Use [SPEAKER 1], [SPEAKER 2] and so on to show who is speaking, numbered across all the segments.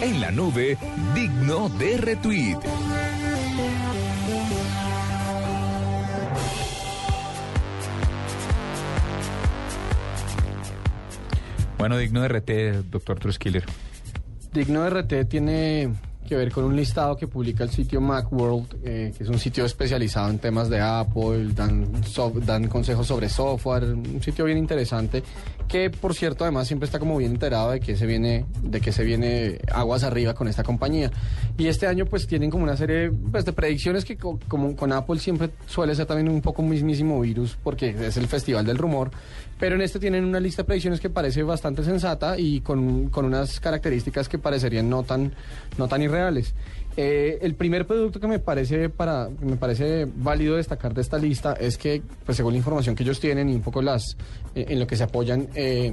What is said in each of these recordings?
[SPEAKER 1] En la nube, digno de retweet. Bueno, digno de RT, doctor Truskiller.
[SPEAKER 2] Digno RT tiene que ver con un listado que publica el sitio Macworld, eh, que es un sitio especializado en temas de Apple, dan, so- dan consejos sobre software, un sitio bien interesante, que por cierto además siempre está como bien enterado de que se viene, de que se viene aguas arriba con esta compañía. Y este año pues tienen como una serie pues, de predicciones que co- como con Apple siempre suele ser también un poco un mismísimo virus, porque es el festival del rumor, pero en este tienen una lista de predicciones que parece bastante sensata y con, con unas características que parecerían no tan, no tan irreales. Eh, el primer producto que me parece para que me parece válido destacar de esta lista es que, pues según la información que ellos tienen y un poco las eh, en lo que se apoyan, eh,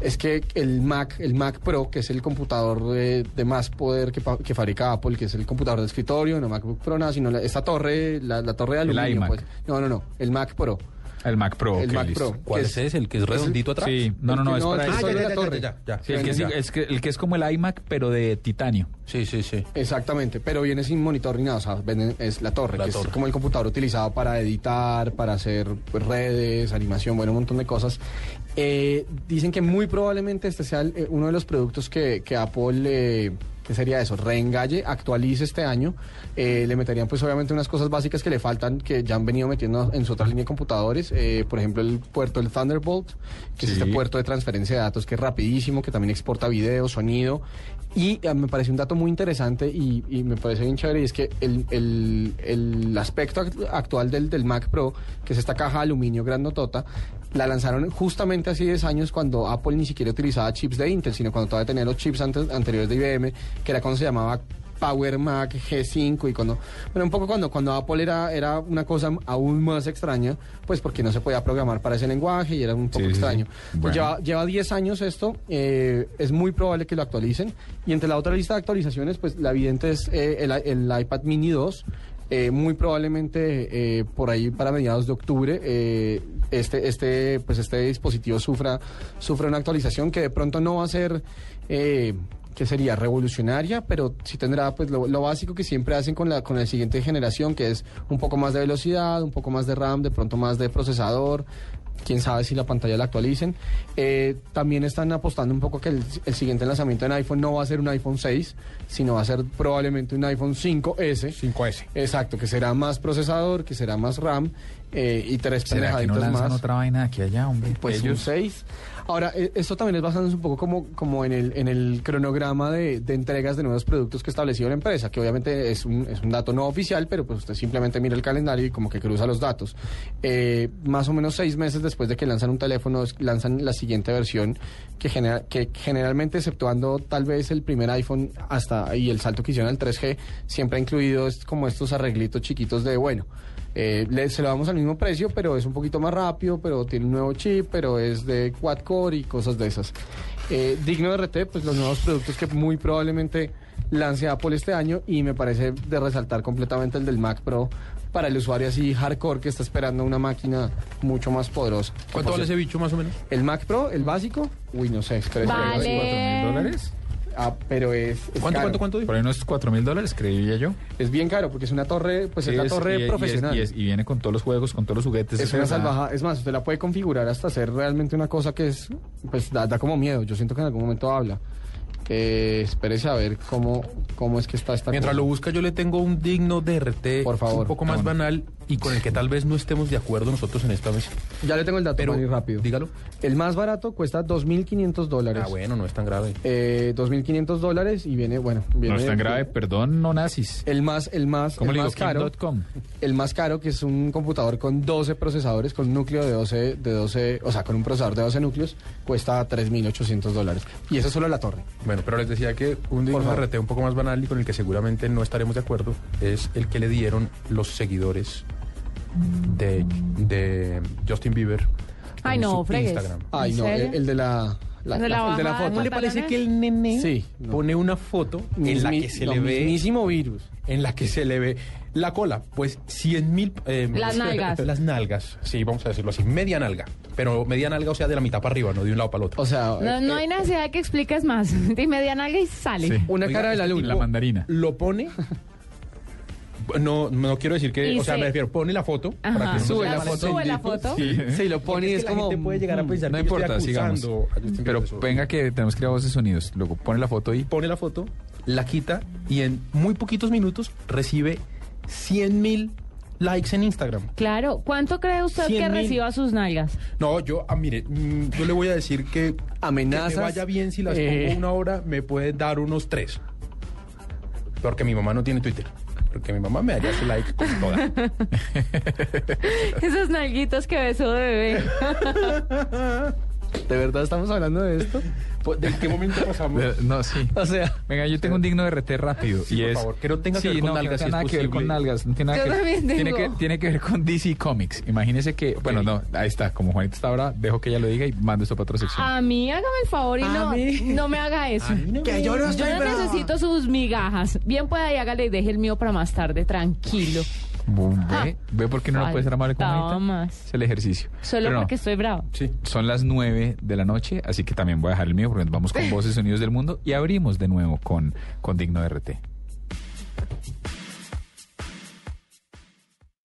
[SPEAKER 2] es que el Mac, el Mac Pro, que es el computador de, de más poder que, pa- que fabrica Apple, que es el computador de escritorio, no MacBook Pro, nada, sino la- esta torre, la, la torre de
[SPEAKER 1] El
[SPEAKER 2] aluminio.
[SPEAKER 1] iMac.
[SPEAKER 2] pues. No, no, no, el Mac Pro.
[SPEAKER 1] El Mac Pro.
[SPEAKER 2] El
[SPEAKER 1] ok,
[SPEAKER 2] Mac
[SPEAKER 1] listo.
[SPEAKER 2] Pro.
[SPEAKER 3] ¿Cuál
[SPEAKER 2] que
[SPEAKER 3] es ese? ¿El que es redondito atrás?
[SPEAKER 1] Sí, no, no, no,
[SPEAKER 2] que
[SPEAKER 1] es para
[SPEAKER 2] el que
[SPEAKER 1] eso.
[SPEAKER 2] solo
[SPEAKER 3] Ah, ya,
[SPEAKER 2] la
[SPEAKER 3] ya,
[SPEAKER 2] torre.
[SPEAKER 3] ya, ya, ya.
[SPEAKER 1] Sí, eh. el, que es,
[SPEAKER 3] Ya.
[SPEAKER 1] es que- el que es como el iMac, pero de titanio.
[SPEAKER 3] Sí, sí, sí.
[SPEAKER 2] Exactamente, pero viene sin monitor ni nada, o sea, venden- es la torre,
[SPEAKER 3] La
[SPEAKER 2] que
[SPEAKER 3] torre.
[SPEAKER 2] es como el computador utilizado para editar, para hacer pues, redes, animación, bueno, un montón de cosas. Eh, dicen que muy probablemente este sea el- eh, uno de los productos que, que Apple, eh, ¿qué sería eso? Reengalle, actualice este año. Eh, le meterían pues obviamente unas cosas básicas que le faltan, que ya han venido metiendo en su otra línea de computadores, eh, por ejemplo el puerto del Thunderbolt, que es
[SPEAKER 1] Sí.
[SPEAKER 2] este puerto puerto de transferencia de datos que es rapidísimo, que también exporta video, sonido. Y eh, me parece un dato muy interesante y, y me parece bien chévere, y es que el, el- el aspecto act- actual del, del Mac Pro, que es esta caja de aluminio grandotota, la lanzaron justamente hace 10 años cuando Apple ni siquiera utilizaba chips de Intel, sino cuando todavía tenía los chips antes- anteriores de IBM, que era cuando se llamaba Power Mac G5 y cuando, bueno, un poco cuando, cuando Apple era, era una cosa aún más extraña, pues porque no se podía programar para ese lenguaje y era un poco
[SPEAKER 1] Sí, sí, sí.
[SPEAKER 2] extraño.
[SPEAKER 1] Bueno.
[SPEAKER 2] Lleva, lleva 10 años esto, eh, es muy probable que lo actualicen. Y entre la otra lista de actualizaciones, pues la evidente es eh, el, i- el iPad mini 2. eh, muy probablemente eh, por ahí para mediados de octubre eh, este este pues este dispositivo sufra sufra una actualización que de pronto no va a ser eh, que sería revolucionaria, pero sí tendrá pues lo, lo básico que siempre hacen con la con la siguiente generación, que es un poco más de velocidad, un poco más de RAM, de pronto más de procesador, quién sabe si la pantalla la actualicen. Eh, también están apostando un poco que el, el siguiente lanzamiento en iPhone no va a ser un iPhone 6, sino va a ser probablemente un iPhone 5S.
[SPEAKER 3] 5S.
[SPEAKER 2] Exacto, que será más procesador, que será más RAM eh, y tres
[SPEAKER 1] ¿Será que no
[SPEAKER 2] pendejaditas
[SPEAKER 1] lanzan
[SPEAKER 2] más.
[SPEAKER 1] otra vaina de aquí a allá, hombre?
[SPEAKER 2] Pues un
[SPEAKER 1] Ellos-
[SPEAKER 2] 6. Ahora, e- esto también es basándose un poco como, como en, el, en el cronograma de, de entregas de nuevos productos que estableció la empresa, que obviamente es un, es un dato no oficial, pero pues usted simplemente mira el calendario y como que cruza los datos. Eh, más o menos seis meses después de que lanzan un teléfono, es- lanzan la siguiente versión, que, genera- que generalmente, exceptuando tal vez el primer iPhone hasta y el salto que hicieron al 3G, siempre ha incluido es- como estos arreglitos chiquitos de, bueno, eh, le- se lo damos al mismo precio, pero es un poquito más rápido, pero tiene un nuevo chip, pero es de quad-core y cosas de esas. Eh, digno de RT, pues los nuevos productos que muy probablemente lance Apple este año y me parece de resaltar completamente el del Mac Pro para el usuario así hardcore que está esperando una máquina mucho más poderosa. Que,
[SPEAKER 3] ¿Cuánto
[SPEAKER 2] por
[SPEAKER 3] vale ese
[SPEAKER 2] cierto,
[SPEAKER 3] bicho más o menos?
[SPEAKER 2] El Mac Pro, el básico, uy, no sé, tres
[SPEAKER 4] Vale.
[SPEAKER 2] mil
[SPEAKER 1] dólares?
[SPEAKER 2] Ah, pero es, es
[SPEAKER 3] ¿Cuánto,
[SPEAKER 2] caro.
[SPEAKER 3] cuánto, cuánto dijo?
[SPEAKER 1] Por ahí unos 4 mil dólares, creía yo.
[SPEAKER 2] Es bien caro porque es una torre, pues es, la
[SPEAKER 1] Es-
[SPEAKER 2] torre
[SPEAKER 1] y- y es-
[SPEAKER 2] profesional.
[SPEAKER 1] Y, es- y viene con todos los juegos, con todos los juguetes.
[SPEAKER 2] Es una
[SPEAKER 1] ¿verdad?
[SPEAKER 2] salvaja, es más, usted la puede configurar hasta hacer realmente una cosa que es, pues da, da como miedo, yo siento que en algún momento habla. Eh, espérese a ver cómo, cómo es que está esta
[SPEAKER 3] Mientras
[SPEAKER 2] cosa.
[SPEAKER 3] lo busca, yo le tengo un digno de RT,
[SPEAKER 2] Por favor.
[SPEAKER 3] un poco más banal y con el que tal vez no estemos de acuerdo nosotros en esta mesa.
[SPEAKER 2] Ya le tengo el dato,
[SPEAKER 3] Pero,
[SPEAKER 2] muy rápido.
[SPEAKER 3] dígalo.
[SPEAKER 2] El más barato cuesta 2.500 dólares.
[SPEAKER 3] Ah, bueno, no es tan grave.
[SPEAKER 2] Eh, 2.500 dólares y viene, bueno, viene...
[SPEAKER 1] No es tan grave, perdón, no nazis.
[SPEAKER 2] El más, el más,
[SPEAKER 1] ¿Cómo
[SPEAKER 2] el
[SPEAKER 1] le digo?
[SPEAKER 2] más caro.
[SPEAKER 1] Kim.com.
[SPEAKER 2] El más caro, que es un computador con 12 procesadores, con un núcleo de 12, de 12 o sea, con un procesador de 12 núcleos, cuesta 3.800 dólares. Y eso es solo la torre.
[SPEAKER 3] Bueno, pero les decía que un digno
[SPEAKER 2] favor.
[SPEAKER 3] RT un poco más banal y con el que seguramente no estaremos de acuerdo es el que le dieron los seguidores de, de Justin Bieber.
[SPEAKER 5] Ay,
[SPEAKER 3] en
[SPEAKER 5] no,
[SPEAKER 3] su
[SPEAKER 5] fregues.
[SPEAKER 3] Instagram.
[SPEAKER 2] Ay,
[SPEAKER 5] ¿En
[SPEAKER 2] no,
[SPEAKER 5] serio?
[SPEAKER 2] el, el de la, la-
[SPEAKER 5] ¿De la
[SPEAKER 2] la- el de la
[SPEAKER 5] bajada de
[SPEAKER 2] foto.
[SPEAKER 3] ¿Cómo le parece
[SPEAKER 5] ¿Pantalones?
[SPEAKER 3] que el nene
[SPEAKER 2] Sí, no.
[SPEAKER 3] pone una foto en la
[SPEAKER 2] Mismi-
[SPEAKER 3] que se
[SPEAKER 2] lo
[SPEAKER 3] le ve
[SPEAKER 2] mismísimo virus.
[SPEAKER 3] en la que se le ve la cola? Pues 100 mil... eh,
[SPEAKER 5] Las nalgas.
[SPEAKER 3] Las nalgas, sí, vamos a decirlo así, media nalga. Pero media nalga, o sea, de la mitad para arriba, no de un lado para el otro.
[SPEAKER 2] O sea,
[SPEAKER 5] No, no hay necesidad que expliques más. Te median algo y sale.
[SPEAKER 6] Sí.
[SPEAKER 2] una
[SPEAKER 3] Oiga,
[SPEAKER 2] cara de la
[SPEAKER 3] este
[SPEAKER 2] luna.
[SPEAKER 6] La mandarina.
[SPEAKER 3] lo pone. No, no quiero decir que,
[SPEAKER 5] Y
[SPEAKER 3] o sea,
[SPEAKER 5] se-
[SPEAKER 3] me refiero, pone Ah, la foto
[SPEAKER 2] Ah.
[SPEAKER 5] Ajá.
[SPEAKER 3] para que uno
[SPEAKER 2] Sube
[SPEAKER 3] sea
[SPEAKER 2] la
[SPEAKER 3] mal
[SPEAKER 2] foto.
[SPEAKER 5] Sube la
[SPEAKER 3] entendido.
[SPEAKER 5] foto.
[SPEAKER 2] Sí, lo pone y
[SPEAKER 3] Porque
[SPEAKER 2] es
[SPEAKER 3] la
[SPEAKER 2] como.
[SPEAKER 3] gente puede llegar a
[SPEAKER 2] mm,
[SPEAKER 3] pensar
[SPEAKER 6] No
[SPEAKER 3] que yo estoy
[SPEAKER 6] importa, sigamos.
[SPEAKER 3] acusando a Justin
[SPEAKER 6] Pero
[SPEAKER 3] Bieber de eso.
[SPEAKER 6] venga que tenemos que ir a voces sonidos. Luego pone la foto y
[SPEAKER 3] pone la foto, la quita y en muy poquitos minutos recibe 100 mil likes en Instagram.
[SPEAKER 5] Claro. ¿Cuánto cree usted que
[SPEAKER 3] 100.000.
[SPEAKER 5] reciba sus nalgas?
[SPEAKER 3] No, yo, ah, mire, mm, yo le voy a decir que
[SPEAKER 2] Amenazas,
[SPEAKER 3] que me vaya bien si las
[SPEAKER 2] eh.
[SPEAKER 3] pongo una hora, me puede dar unos tres. Porque mi mamá no tiene Twitter. Porque mi mamá me daría su like con toda.
[SPEAKER 5] Esas nalguitas que besó de bebé.
[SPEAKER 2] ¿De verdad estamos hablando de esto?
[SPEAKER 3] Pues, ¿De qué momento pasamos?
[SPEAKER 6] Eh, No, sí.
[SPEAKER 2] O sea,
[SPEAKER 6] Venga, yo tengo un digno de RT rápido.
[SPEAKER 3] Sí,
[SPEAKER 6] y
[SPEAKER 3] por
[SPEAKER 6] es,
[SPEAKER 3] favor, que no tenga que
[SPEAKER 6] Sí,
[SPEAKER 3] ver con
[SPEAKER 6] no,
[SPEAKER 3] nalgas,
[SPEAKER 6] no
[SPEAKER 3] si es
[SPEAKER 6] nada que ver
[SPEAKER 3] posible.
[SPEAKER 6] con nalgas. No tiene, nada
[SPEAKER 5] Yo
[SPEAKER 6] que, ver.
[SPEAKER 5] también tengo.
[SPEAKER 6] Tiene, que, tiene que ver con DC Comics. Imagínese que. Bueno, no, ahí está. Como Juanita está ahora, dejo que ella lo diga y mando esto para otra sección.
[SPEAKER 5] A mí hágame el favor y no, no me haga eso.
[SPEAKER 2] que yo no
[SPEAKER 5] Yo no necesito sus migajas. Bien pueda y hágale y deje el mío para más tarde, tranquilo.
[SPEAKER 6] Bu-
[SPEAKER 5] Ah.
[SPEAKER 6] ve, ve por qué no lo puede ser amable con
[SPEAKER 5] Faltaba
[SPEAKER 6] Juanita.
[SPEAKER 5] más.
[SPEAKER 6] Es el ejercicio.
[SPEAKER 5] Solo
[SPEAKER 6] Pero no,
[SPEAKER 5] porque estoy bravo.
[SPEAKER 3] Sí.
[SPEAKER 6] Son las 9 de la noche, así que también voy a dejar el mío porque nos vamos con Voces Sonidos del Mundo y abrimos de nuevo con, con Digno de RT.